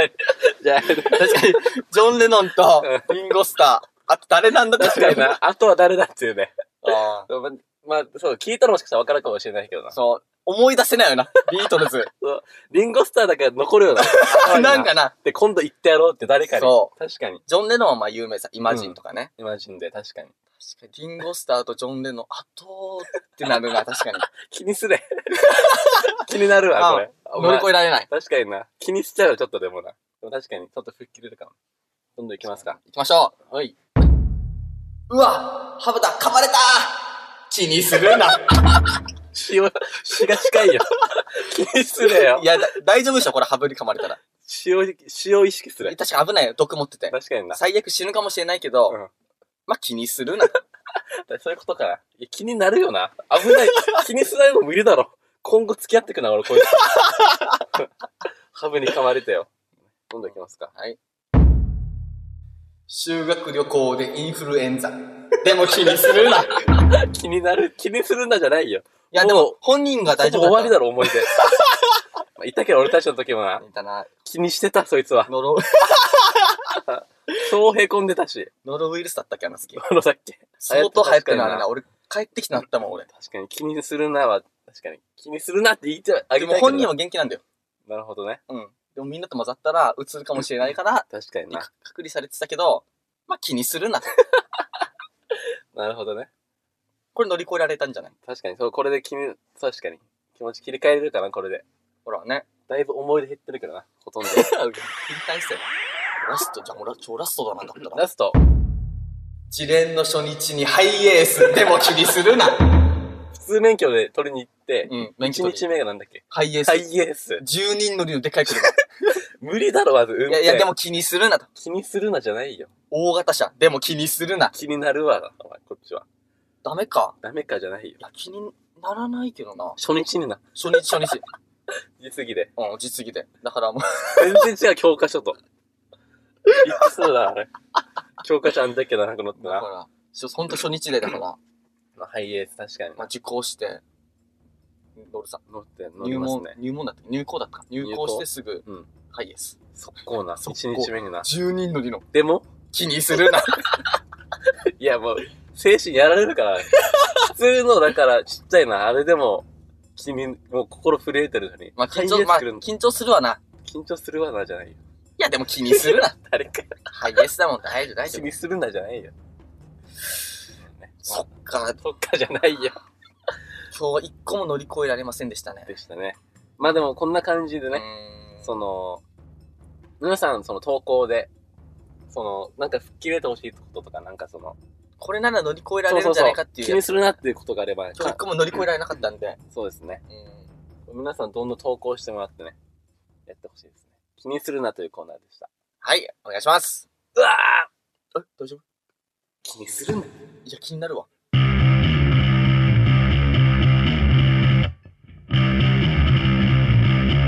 Speaker 1: に。 じゃあ、
Speaker 2: 確かに、ジョン・レノンとリンゴスター、あと 誰なんだ
Speaker 1: 確かにな。あとは誰だっていうね。
Speaker 2: あ
Speaker 1: ままあ、そう、聞いたらもしかしたら分かるかもしれないけどな
Speaker 2: ー。そう、思い出せないよな、ビート ルズ。
Speaker 1: リンゴスターだけ残 るよな。
Speaker 2: なんかな、
Speaker 1: で、今度行ってやろうって誰かに。
Speaker 2: そ
Speaker 1: 確かに。
Speaker 2: ジョン・レノンはまあ有名さ、イマジンとかね。
Speaker 1: イマジンで、確かに。
Speaker 2: 確かに、リンゴスターとジョン・レノン、あとーってなるな、確 かに。
Speaker 1: 気にすれ。 気になるわ、これ。お
Speaker 2: 乗り
Speaker 1: 前
Speaker 2: 越えられない。
Speaker 1: 確かにな。気にしちゃうよ、ちょっとでもな。でも確かに、ちょっと吹っ切れるかも。どんどん行きますか。
Speaker 2: 行きましょ
Speaker 1: はい。
Speaker 2: う。うわ羽ばた噛まれた気にす るな。
Speaker 1: しを、しが近 いよ。気にすれよ
Speaker 2: い。や、だ大丈夫でしょこれ、羽振り噛まれ たら。
Speaker 1: しを、しを意識すれ。
Speaker 2: 確かに危ないよ、毒持ってて。
Speaker 1: 確かにな。
Speaker 2: 最悪死ぬかもしれないけど、
Speaker 1: うん
Speaker 2: まあ気にするな。
Speaker 1: そういうことかな。いや、気になるよな。危 ない。気にしないのもいるだろ。今後付き合ってくな、俺、こいつ。ハブに噛まれたよ。どんどん行きますか。
Speaker 2: はい。修学旅行でインフルエンザ。でも気にする な。い
Speaker 1: 気になる、気にするんだじゃないよ。
Speaker 2: や、でも本人が大丈夫
Speaker 1: ほぼ終わりだ
Speaker 2: ろ。
Speaker 1: ろ、思い出。まあ、いたけど、俺たちの時もな、
Speaker 2: だな。
Speaker 1: 気にしてた、そいつは。
Speaker 2: ノロ、
Speaker 1: そうへこんでたし。
Speaker 2: ノロウイルスだったっけ、あの 好き。
Speaker 1: このさっき。
Speaker 2: 相当流行ってる
Speaker 1: 流
Speaker 2: な、
Speaker 1: 行ってた
Speaker 2: あれな。俺、帰ってきてなったもん、俺。
Speaker 1: 確かに、気にするなは、確かに。気にするなって言ってあ
Speaker 2: で
Speaker 1: げ
Speaker 2: も
Speaker 1: たいけどな。
Speaker 2: 本人は元気なんだよ。
Speaker 1: なるほどね。
Speaker 2: うん。でもみんなと混ざったら、うつるかもしれないから、
Speaker 1: 確かにな。
Speaker 2: 隔離されてたけど、まあ気にするな。
Speaker 1: なるほどね。
Speaker 2: これ乗り越えられたんじゃない
Speaker 1: 確かに、そう、これで気に、確かに。気持ち切り替えれるかな、これで。
Speaker 2: ほら ね。
Speaker 1: だいぶ思い出減ってるけどな、ほとんど。
Speaker 2: 引退して。ラストじゃん、俺は超ラストだな、だったら。
Speaker 1: ラスト。
Speaker 2: 自連の初日にハイエース。でも気にするな。
Speaker 1: 普通免許で取りに行って、
Speaker 2: うん、免
Speaker 1: 1
Speaker 2: 許取
Speaker 1: 日
Speaker 2: り。
Speaker 1: 目がなんだっけ
Speaker 2: ハイエース。
Speaker 1: ハイエース。
Speaker 2: 10人乗りのでっかい 車。い
Speaker 1: 無理だろ、まず。運
Speaker 2: や
Speaker 1: 転
Speaker 2: いや、でも気にするなと。
Speaker 1: 気にするなじゃないよ。
Speaker 2: 大型車。でも気にするな。
Speaker 1: 気になるわ、お前、こっちは。
Speaker 2: ダメか。
Speaker 1: ダメかじゃないよ
Speaker 2: い。や、気にならないけどな。
Speaker 1: 初日にな、
Speaker 2: 初日、初日。
Speaker 1: 実技で。
Speaker 2: うん、実技で。だからもう、
Speaker 1: 全然違う、教科書と。いくそうだ、あれ。教科書あんだけどなくなった
Speaker 2: だ
Speaker 1: な。
Speaker 2: から、しほんと初日でだから、
Speaker 1: まあハイエース、確かに
Speaker 2: まあ、
Speaker 1: な。
Speaker 2: 受講して、乗るさ。
Speaker 1: 乗って、乗り
Speaker 2: 入
Speaker 1: ます
Speaker 2: 門、
Speaker 1: ね。
Speaker 2: 入門だった入校だったか。入校してすぐ、
Speaker 1: うん
Speaker 2: はいです。
Speaker 1: 速攻な、
Speaker 2: 速
Speaker 1: 1
Speaker 2: 攻
Speaker 1: 日目にな。
Speaker 2: 10人乗りの
Speaker 1: でも、
Speaker 2: 気にするな。
Speaker 1: いやもう、精神やられ るから。普通の、だから、ちっちゃいな、あれでも、君、もう心震えてるのに。
Speaker 2: まあ、緊張、ま
Speaker 1: ハ
Speaker 2: あ、
Speaker 1: イエース来るの
Speaker 2: 緊張するわな。
Speaker 1: 緊張するわな、じゃないよ。
Speaker 2: いや、でも気にするな。
Speaker 1: 誰か
Speaker 2: ハイエースだもん、大丈夫、大丈
Speaker 1: 気
Speaker 2: 夫。
Speaker 1: にするな、じゃないよ。ね
Speaker 2: そっか、
Speaker 1: そっかじゃないよ。
Speaker 2: 今日一個も乗り越えられませんでしたね。
Speaker 1: でしたね。まあでも、こんな感じでね、
Speaker 2: うーん
Speaker 1: その、皆さん、その投稿で、その、なんか吹っ切れてほしいこととか、なんかその、
Speaker 2: これなら乗り越えら
Speaker 1: そう
Speaker 2: れ
Speaker 1: そ
Speaker 2: るん
Speaker 1: う
Speaker 2: じゃな
Speaker 1: そ
Speaker 2: いうかってい
Speaker 1: 気
Speaker 2: うや
Speaker 1: に
Speaker 2: つ。
Speaker 1: するなっていうことがあれば、
Speaker 2: 今日一個も乗り越えられなかったんで。
Speaker 1: そうですね。
Speaker 2: うん
Speaker 1: 皆さんどんどん投稿してもらってね、やってほしいですね。気にするなというコーナーでした。
Speaker 2: はい、お願いします。
Speaker 1: うわー
Speaker 2: え、大丈夫
Speaker 1: 気にするな。
Speaker 2: いや、気になるわ。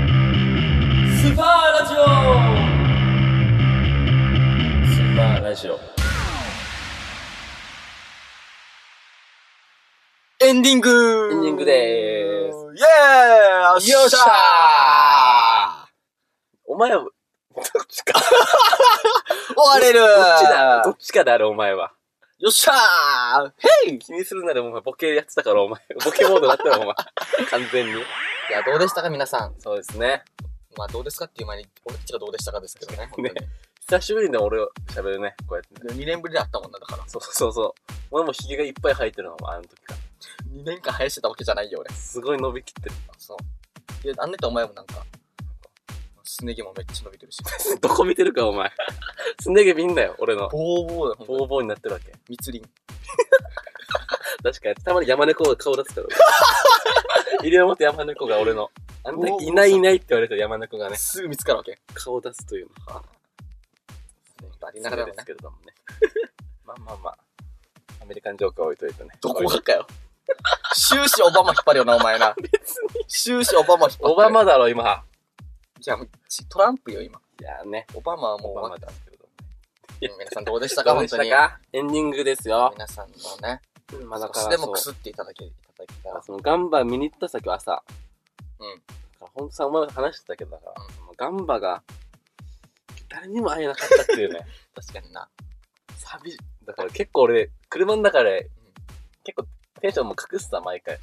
Speaker 2: スパーラジオ
Speaker 1: スーパーラジオ。
Speaker 2: エンディング
Speaker 1: エンディングでーす。
Speaker 2: イエーイ
Speaker 1: よ
Speaker 2: よ
Speaker 1: っ
Speaker 2: っ
Speaker 1: し
Speaker 2: し
Speaker 1: ゃ
Speaker 2: ゃ
Speaker 1: お前は、どっちか。
Speaker 2: ー終われる
Speaker 1: どっちだどっちかだろ、お前は。
Speaker 2: よっしゃーヘイ
Speaker 1: 気にするならお前ボケやってたから、お前。ボケモードだった ら、お前。完全に。
Speaker 2: いや、どうでしたか皆さん。
Speaker 1: そうですね。
Speaker 2: まあ、どうですかっていう前に、俺たちがどうでしたかですけど ね。本当に
Speaker 1: ね久しぶりに俺を喋るね、こうやってね。
Speaker 2: 2年ぶりで会ったもんな、だから。
Speaker 1: そうそうそう。俺もヒゲがいっぱい生えてるの、お前あの時から。
Speaker 2: 2年間生やしてたわけじゃないよ、俺。
Speaker 1: すごい伸びきってる。
Speaker 2: そう。いや、あんねとお前もなんか、すね毛もめっちゃ伸びてるし。
Speaker 1: どこ見てるか、お前。すね毛見んなよ、俺の。
Speaker 2: ボーボーだ、ほんと
Speaker 1: ボーボーになってるわけ。
Speaker 2: 密林。
Speaker 1: 確かに、たまに山猫が顔出すから。 入れを持って山猫が俺の。あんたいないいないって言われた山猫がね、
Speaker 2: すぐ見つかるわけ。
Speaker 1: 顔を出すというのは、
Speaker 2: ありながらも
Speaker 1: で
Speaker 2: ね
Speaker 1: すけれどもね。 まあまあまあ。アメリカンジョークは置いといてね。
Speaker 2: どこがかよ。終始オバマ引っ張るよな、お前 な。
Speaker 1: 別に。
Speaker 2: 終始オバマ引っ張る。
Speaker 1: オバマだろ、今。
Speaker 2: じゃあ、ちトランプよ、今。
Speaker 1: いやね、
Speaker 2: オバマはもう
Speaker 1: オ
Speaker 2: 終
Speaker 1: バ
Speaker 2: わ
Speaker 1: マ
Speaker 2: っ
Speaker 1: で
Speaker 2: た。
Speaker 1: すけれども。
Speaker 2: 皆さんどうでしたか、
Speaker 1: どう
Speaker 2: 本
Speaker 1: でし
Speaker 2: 当
Speaker 1: た
Speaker 2: に。
Speaker 1: かエンディングですよ。
Speaker 2: 皆さんのね、
Speaker 1: まあだ
Speaker 2: 少
Speaker 1: か
Speaker 2: し
Speaker 1: ら
Speaker 2: で
Speaker 1: そ
Speaker 2: も
Speaker 1: う
Speaker 2: くすっていただけ、いただけたら。
Speaker 1: そのガンバ見に行った先は朝。
Speaker 2: うん
Speaker 1: だから本当さ、お前も話してたけど、だから、
Speaker 2: うん
Speaker 1: そのガンバが、誰にも会えなかったっていうね。
Speaker 2: 確かにな。
Speaker 1: 寂しい。だから結構俺、車の中で
Speaker 2: うん、
Speaker 1: 結構テンションも隠すさ、毎回。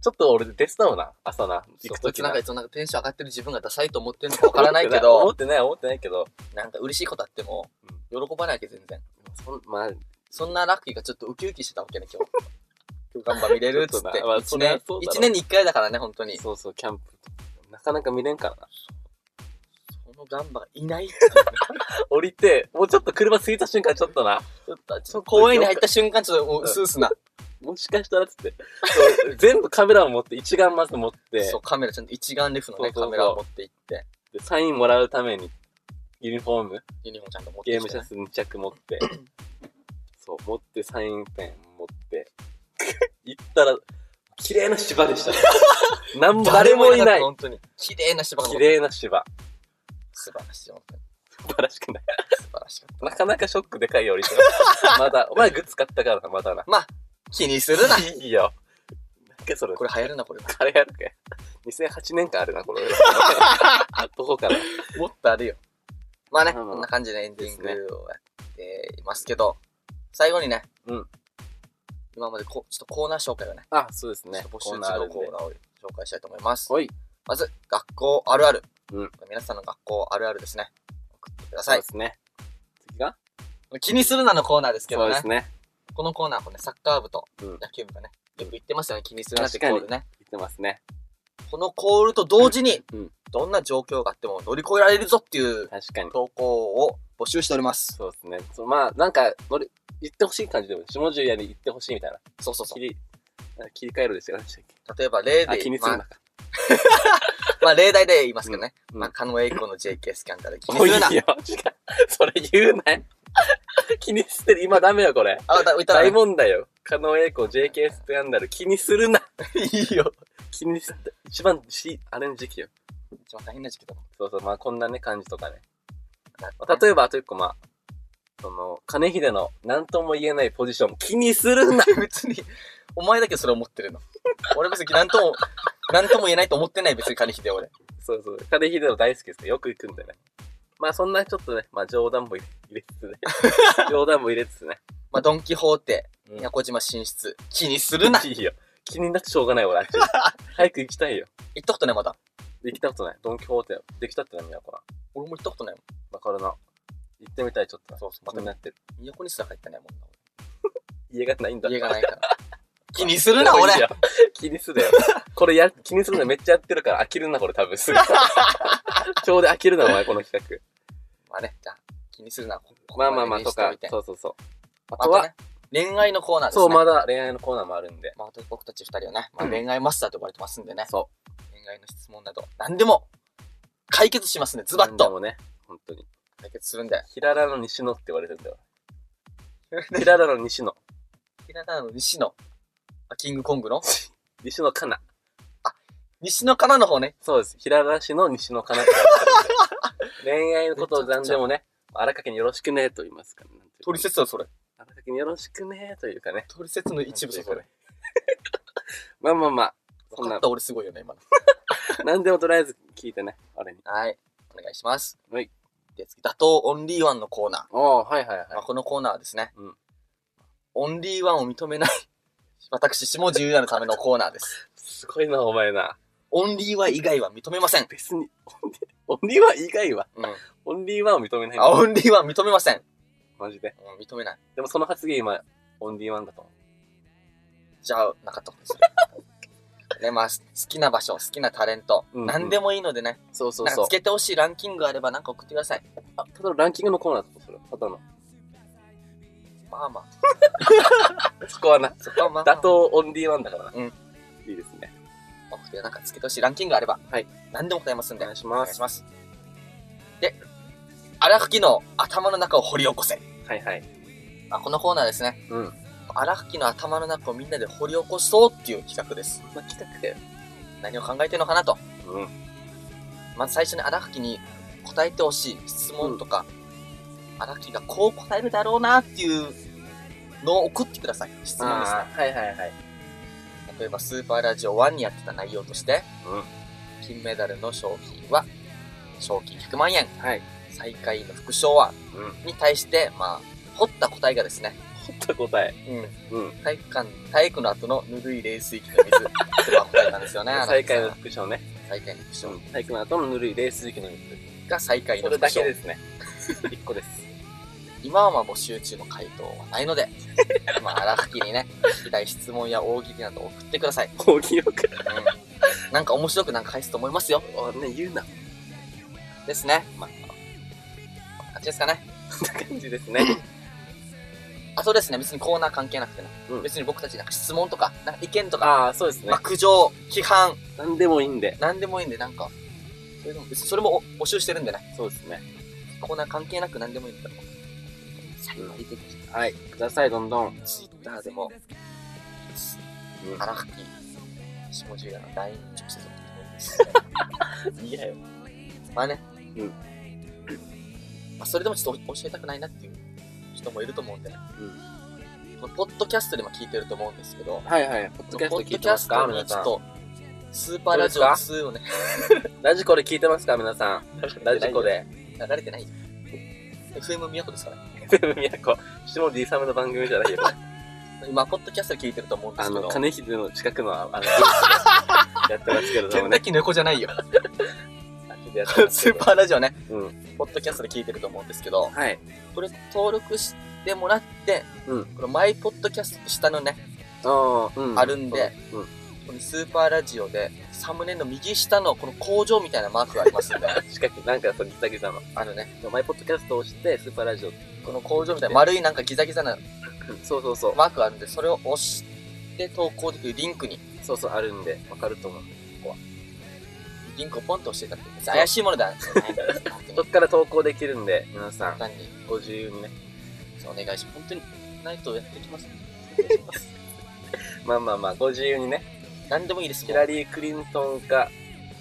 Speaker 1: ちょっと俺、出てたもんな、朝な。行く
Speaker 2: そ
Speaker 1: と
Speaker 2: いつ
Speaker 1: き
Speaker 2: なん
Speaker 1: な
Speaker 2: かい。つもなんかテンション上がってる自分がダサいと思ってるのかわからないけ
Speaker 1: 思
Speaker 2: ど
Speaker 1: っ、てない、思ってないけど。
Speaker 2: なんか嬉しいことあっても、喜ばないわけ全然。
Speaker 1: そんまあ、
Speaker 2: そんなラッキーがちょっとウキウキしてたわけね、今 日。今日頑張見れるっつっ。
Speaker 1: ちょってとなまあ
Speaker 2: 一
Speaker 1: そりゃ
Speaker 2: 年
Speaker 1: そうだろう、
Speaker 2: 一年に一回だからね、本当に。
Speaker 1: そうそう、キャンプとか。なかなか見れんからな。
Speaker 2: そのガンバがいないっていうね
Speaker 1: 降りて、もうちょっと車過ぎた瞬間ちょっとな、
Speaker 2: ちょっ とち
Speaker 1: ちょ
Speaker 2: ょ
Speaker 1: っ
Speaker 2: っと
Speaker 1: と
Speaker 2: 公園に入った瞬間、ちょっともう、うすうすな。
Speaker 1: もしかしたらっつって、そう全部カメラを持って、一眼まず持って、
Speaker 2: そう、カメラちゃんと一眼レフのね、
Speaker 1: そう
Speaker 2: カ
Speaker 1: そうそう
Speaker 2: メラを持って行って、
Speaker 1: でサインもらうために、ユニフォーム、
Speaker 2: ユニフォームちゃんと持って
Speaker 1: ゲー
Speaker 2: き
Speaker 1: ム
Speaker 2: て
Speaker 1: シ
Speaker 2: ね、
Speaker 1: ャツ2着持 って、そう、持ってサインペン持って、 行ったら、綺麗な芝で したね。なんも誰もいない。
Speaker 2: 本当に。綺麗な芝が
Speaker 1: 綺麗な芝。
Speaker 2: 素晴らしい、本当に。
Speaker 1: 素晴らしくない。
Speaker 2: 素晴らしかっ
Speaker 1: なかなかショックでかいよ、俺。 まだ、お前グッズ買ったからな、まだな。
Speaker 2: た。まあ、気にする な。
Speaker 1: いいよ。なんかそれ、
Speaker 2: これ流行るな、これ。
Speaker 1: あれやるかよ。2008年間あるな、こ れ。どこから。
Speaker 2: もっとあるよ。まあね、
Speaker 1: まあまあ
Speaker 2: こんな感じでエンディング
Speaker 1: です
Speaker 2: をやっていますけど、最後にね、
Speaker 1: うん
Speaker 2: 今までこちょっとコーナー紹介をね、
Speaker 1: あ、そうですね
Speaker 2: ちょ。っと募集
Speaker 1: コー
Speaker 2: 中
Speaker 1: ナーある
Speaker 2: の
Speaker 1: ん
Speaker 2: コ
Speaker 1: で
Speaker 2: ー。ナーを紹介したいと思います。
Speaker 1: はい。
Speaker 2: まず、学校あるある。
Speaker 1: うん
Speaker 2: 皆さんの学校あるあるですね。送ってくだ
Speaker 1: そ
Speaker 2: さ
Speaker 1: う
Speaker 2: い
Speaker 1: で。すね。次が
Speaker 2: 気にするなのコーナーですけ
Speaker 1: そ
Speaker 2: ど
Speaker 1: うで
Speaker 2: ね
Speaker 1: す。ね。
Speaker 2: このコーナーもね、サッカー部と
Speaker 1: うん
Speaker 2: 野球部がね、よく言ってますよね、気にするなってコールね。
Speaker 1: 言ってますね。
Speaker 2: このコールと同時に
Speaker 1: うん、
Speaker 2: どんな状況があっても乗り越えられるぞっていう
Speaker 1: 確かに。
Speaker 2: 投稿を募集しております。
Speaker 1: そうですね。そのまあ、なんか、乗り、言ってほしい感じでもいい、下十夜に言ってほしいみたいな。
Speaker 2: そうそうそ
Speaker 1: 切
Speaker 2: う。
Speaker 1: り、あ切り替えるですよ、何でしたっけ
Speaker 2: 例えば例
Speaker 1: あ、
Speaker 2: で
Speaker 1: 気
Speaker 2: 言
Speaker 1: に
Speaker 2: い
Speaker 1: する
Speaker 2: ま
Speaker 1: なか。
Speaker 2: まあ例題で言いますけどね。
Speaker 1: うん
Speaker 2: まあ、カノエイコの JK スキャンダル 気に
Speaker 1: もう
Speaker 2: す
Speaker 1: い
Speaker 2: る
Speaker 1: い
Speaker 2: な。
Speaker 1: よ。違うそれ言うなよ。 気にしてる。今ダメよ、これ。
Speaker 2: あ、だ、いたら、
Speaker 1: 大
Speaker 2: い
Speaker 1: 問題よ。加納栄子 JK スキャンダル気にするな。
Speaker 2: いよ。
Speaker 1: 気にする。一番し、あれの時期よ。
Speaker 2: 一番大変な時期だもん。
Speaker 1: そうそう、まあこんなね、感じとかね。まあ
Speaker 2: え
Speaker 1: 例えば、あと一個、まあ、その、金秀の何とも言えないポジション、気にするな。
Speaker 2: ば、別に、お前だけそれ思ってるの。俺別に何と も、何とも言えないと思ってない別に金秀で俺。
Speaker 1: そうそう。金秀の大好きですからよく行くんでね。まあそ んなちょっとね、まあ冗談も入れ入れつつね。冗談も入れつつね。
Speaker 2: まあ、ドンキホーテ
Speaker 1: うん
Speaker 2: 宮古島進出。気にするな。行
Speaker 1: いいよ。 気になってしょうがない俺、あっち。早く行きたいよ。
Speaker 2: ったことない、まだ。
Speaker 1: 行きたことない。ドンキホーテ、できたってな、宮古な。
Speaker 2: 俺も行ったことないもん。
Speaker 1: わかるな。行ってみたい、ちょっとな。
Speaker 2: そうそう。ま
Speaker 1: まと
Speaker 2: た
Speaker 1: め、なってる。
Speaker 2: 宮古にすら入ってないもんな。
Speaker 1: 家がないんだ。
Speaker 2: 家がない から。気にするな、俺
Speaker 1: いいよ。気にするよ。これや、気にするのめっちゃやってるから飽きるな、これ 多分すぐ。ちょうど飽きるな、お前、この企画。
Speaker 2: まあね、じゃあ、気にするな。ここ
Speaker 1: まあ
Speaker 2: で
Speaker 1: まあまあ、
Speaker 2: に
Speaker 1: と
Speaker 2: してお
Speaker 1: か
Speaker 2: いて、
Speaker 1: そうそうそう。あ
Speaker 2: あ
Speaker 1: と
Speaker 2: と
Speaker 1: は、
Speaker 2: ね、恋愛のコーナーですね。
Speaker 1: そう、まだ恋愛のコーナーもあるんで。
Speaker 2: まあ、僕たち二人はね、まあ、
Speaker 1: うん
Speaker 2: 恋愛マスターと呼ばれてますんでね、
Speaker 1: そ
Speaker 2: 恋愛の質問など、何でも、解決しますね、
Speaker 1: う。
Speaker 2: ズバッ
Speaker 1: で
Speaker 2: と。
Speaker 1: もね、本当に。
Speaker 2: 解決するんで。
Speaker 1: ひららの西野って言われてるんだよ。ひららの西野。
Speaker 2: ひらがなの西野、あキングコングの
Speaker 1: 西野かな。
Speaker 2: 西野からの方ね、
Speaker 1: そうです。ひらら市の西野かなって言われてるんで恋愛のことを何でもね、荒かけによろしくね、と言いますかね。なんていうか
Speaker 2: トリセツだ、それ。
Speaker 1: 荒かけによろしくね、というかね。
Speaker 2: トリセツの一部だ、それ。
Speaker 1: まあまあまあ、そん
Speaker 2: 分か
Speaker 1: な
Speaker 2: った、俺すごいよね、今の。
Speaker 1: 何でもとりあえず聞いてね、あれに。
Speaker 2: はい。お願いします。
Speaker 1: はい。
Speaker 2: で、次、打倒オンリーワンのコーナー。
Speaker 1: おー、はいはいはい。
Speaker 2: まあ、このコーナーはですね、
Speaker 1: うん
Speaker 2: オンリーワンを認めない 私下自由なのためのコーナーです
Speaker 1: すごいな、お前な。
Speaker 2: オンリーワン以外は認めません、
Speaker 1: 別に、オンリーワン以外は、
Speaker 2: うん、
Speaker 1: オンリーワンを認めないん
Speaker 2: あ
Speaker 1: だ。
Speaker 2: オンリーワン認めません、
Speaker 1: マジで。
Speaker 2: うん、認めない
Speaker 1: でもその発言今、オンリーワンだと思
Speaker 2: じゃあなかったことにす るねまあ好きな場所好きなタレント、
Speaker 1: うんうん
Speaker 2: 何でもいいのでね
Speaker 1: う。そうそ
Speaker 2: なんかつけてほしいランキングがあればなんか送ってください
Speaker 1: あ、ただのランキングのコーナーだとそれ。ただの。
Speaker 2: まあまあ
Speaker 1: そこはな。
Speaker 2: そこはまあ、ま
Speaker 1: 打
Speaker 2: あ、
Speaker 1: 倒オンリーワンだからな。
Speaker 2: うん。
Speaker 1: いいですね。
Speaker 2: 送ってなんかつけてほしいランキングがあれば、
Speaker 1: はい、
Speaker 2: 何でも答えますん
Speaker 1: お
Speaker 2: で
Speaker 1: 願いし
Speaker 2: お
Speaker 1: ま
Speaker 2: 願いし
Speaker 1: す。
Speaker 2: ますで荒吹きの頭の中を掘り起こせ、
Speaker 1: はいはい。
Speaker 2: まあ、このコーナーですね
Speaker 1: うん。
Speaker 2: 荒吹きの頭の中をみんなで掘り起こそうっていう企画です。
Speaker 1: まあ、企画だよ。
Speaker 2: 何を考えてるのかなと。
Speaker 1: うん。
Speaker 2: まず最初に荒吹きに答えてほしい質問とか、荒吹きがこう答えるだろうなっていうのを送ってください。質問ですね。
Speaker 1: あー、はいはいはい。
Speaker 2: 例えば、スーパーラジオ1にやってた内容として、
Speaker 1: うん
Speaker 2: 金メダルの賞品は、賞金100万円、
Speaker 1: はい。
Speaker 2: 最下位の副賞は、
Speaker 1: うん。
Speaker 2: に対して、まあ、掘った答えがですね、
Speaker 1: ほった答え。うん。
Speaker 2: 体育館、体育の後のぬるい冷水器 の水、これは答えなんですよね。荒
Speaker 1: 最
Speaker 2: 吹きさ
Speaker 1: 下位
Speaker 2: ん
Speaker 1: の副賞ね。
Speaker 2: 最下位の副賞
Speaker 1: うん。体育の後のぬるいレース時期のやつ。
Speaker 2: が最下位
Speaker 1: そ
Speaker 2: の
Speaker 1: れ
Speaker 2: 副
Speaker 1: だ
Speaker 2: 賞
Speaker 1: けですね。一個 です。
Speaker 2: 今はまあ募集中の回答はないので まあ荒吹きにね聞きたい質問や大喜利など送ってください、
Speaker 1: 大喜利を
Speaker 2: うん、なんか面白くなんか返すと思いますよ
Speaker 1: あね、言うな。
Speaker 2: ですねまあこんな感じですかね
Speaker 1: そんな感じですね。
Speaker 2: あとですね別にコーナー関係なくてね、
Speaker 1: うん
Speaker 2: 別に僕たちなんか質問とかなんか意見とか、
Speaker 1: ああ、そうですね
Speaker 2: まあ、。苦情批判
Speaker 1: 何でもいいんで。
Speaker 2: なんでもいいんでなんかそれでも別にそれもお募集してるんでね
Speaker 1: そうですね。
Speaker 2: コーナー関係なくなんでもいいんで最後まで出てき
Speaker 1: はい。ください、どんどん。
Speaker 2: ツイッターでも荒垣下十夜の LINE に直接送ってもいいですし
Speaker 1: いやよ。
Speaker 2: まあね、
Speaker 1: うん
Speaker 2: まあ、それでもちょっと教えたくないなっていう人もいると思うんで、ね、
Speaker 1: うん。
Speaker 2: このポッドキャストでも聞いてると思うんですけど
Speaker 1: はいはい。ポッドキャス
Speaker 2: ポ
Speaker 1: ト
Speaker 2: ッド
Speaker 1: 聞い
Speaker 2: キ
Speaker 1: てま
Speaker 2: ャ
Speaker 1: す
Speaker 2: ス
Speaker 1: か
Speaker 2: トに
Speaker 1: 皆
Speaker 2: ちょ
Speaker 1: さ
Speaker 2: っ
Speaker 1: ん。
Speaker 2: とスーパーラジオ2をね
Speaker 1: ラジコで聞いてますか皆さん。ラジコで。
Speaker 2: 流れてないよ FM 宮古ですから
Speaker 1: 全部都。下 D サムの番組じゃないよ。
Speaker 2: 今ポッドキャストで聞いてると思うんで
Speaker 1: あ
Speaker 2: すけ
Speaker 1: の、
Speaker 2: ど
Speaker 1: 金秀の近くの、あの、やってます けれど
Speaker 2: ケ
Speaker 1: も
Speaker 2: ン
Speaker 1: ね
Speaker 2: タッ。キー猫じゃないよ
Speaker 1: やってます
Speaker 2: ス
Speaker 1: け
Speaker 2: ー
Speaker 1: ど
Speaker 2: パーラジオね、
Speaker 1: うん
Speaker 2: ポッドキャストで聞いてると思うんですけど
Speaker 1: はい。
Speaker 2: これ登録してもらって、
Speaker 1: うん
Speaker 2: このマイポッドキャストって下のね
Speaker 1: ああ、うん。
Speaker 2: あるんで
Speaker 1: そう。うん。
Speaker 2: このスーパーラジオで、サムネの右下のこの工場みたいなマークがあり ますんで、
Speaker 1: 近く、なんかそのギザギザの。
Speaker 2: あのね、
Speaker 1: マイポッドキャストを押して、スーパーラジオ。
Speaker 2: この工場みたいな丸いなんかギザギザな
Speaker 1: そうそうそう。
Speaker 2: マークがあるんで、それを押して投稿できるリンクに、
Speaker 1: そうそう、あるんで、わかると思う。
Speaker 2: リンクをポンと押してたって、別に怪しいものではないんで、本当
Speaker 1: そ
Speaker 2: に
Speaker 1: っから投稿できるんで、皆
Speaker 2: 簡
Speaker 1: さん、
Speaker 2: 単に
Speaker 1: ご自由にね。
Speaker 2: お願いします。本当にないとやっていきます。
Speaker 1: まあまあまあ、ご自由にね。
Speaker 2: 何でもいいです。
Speaker 1: ヒ
Speaker 2: も
Speaker 1: ラ
Speaker 2: う
Speaker 1: リー・クリントンか、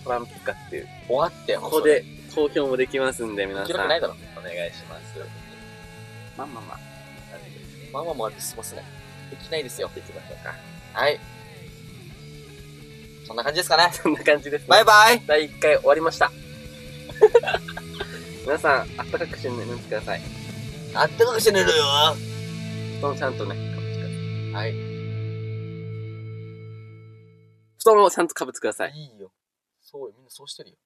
Speaker 1: トランプかっていう。
Speaker 2: 終わって、も
Speaker 1: こ
Speaker 2: う
Speaker 1: こ
Speaker 2: それ。
Speaker 1: で投票もできますんで、皆
Speaker 2: 記
Speaker 1: さ
Speaker 2: 録
Speaker 1: ん。お
Speaker 2: な
Speaker 1: 願
Speaker 2: いだろ。
Speaker 1: いします。まあまあまあ。
Speaker 2: まあまあまあ、進ますね。できないですよ。
Speaker 1: できましょうか。
Speaker 2: はい。そんな感じですかね。
Speaker 1: そんな感じです、ね。
Speaker 2: バイバイ
Speaker 1: 第1回終わりました。 皆さん、あったかくして寝てください。
Speaker 2: あったかくして寝るよ
Speaker 1: 布団ちゃんとね、かぶってください。
Speaker 2: はい。
Speaker 1: 布団をちゃんと被ってください。
Speaker 2: いいよ。そうよ、みんなそうしてるよ。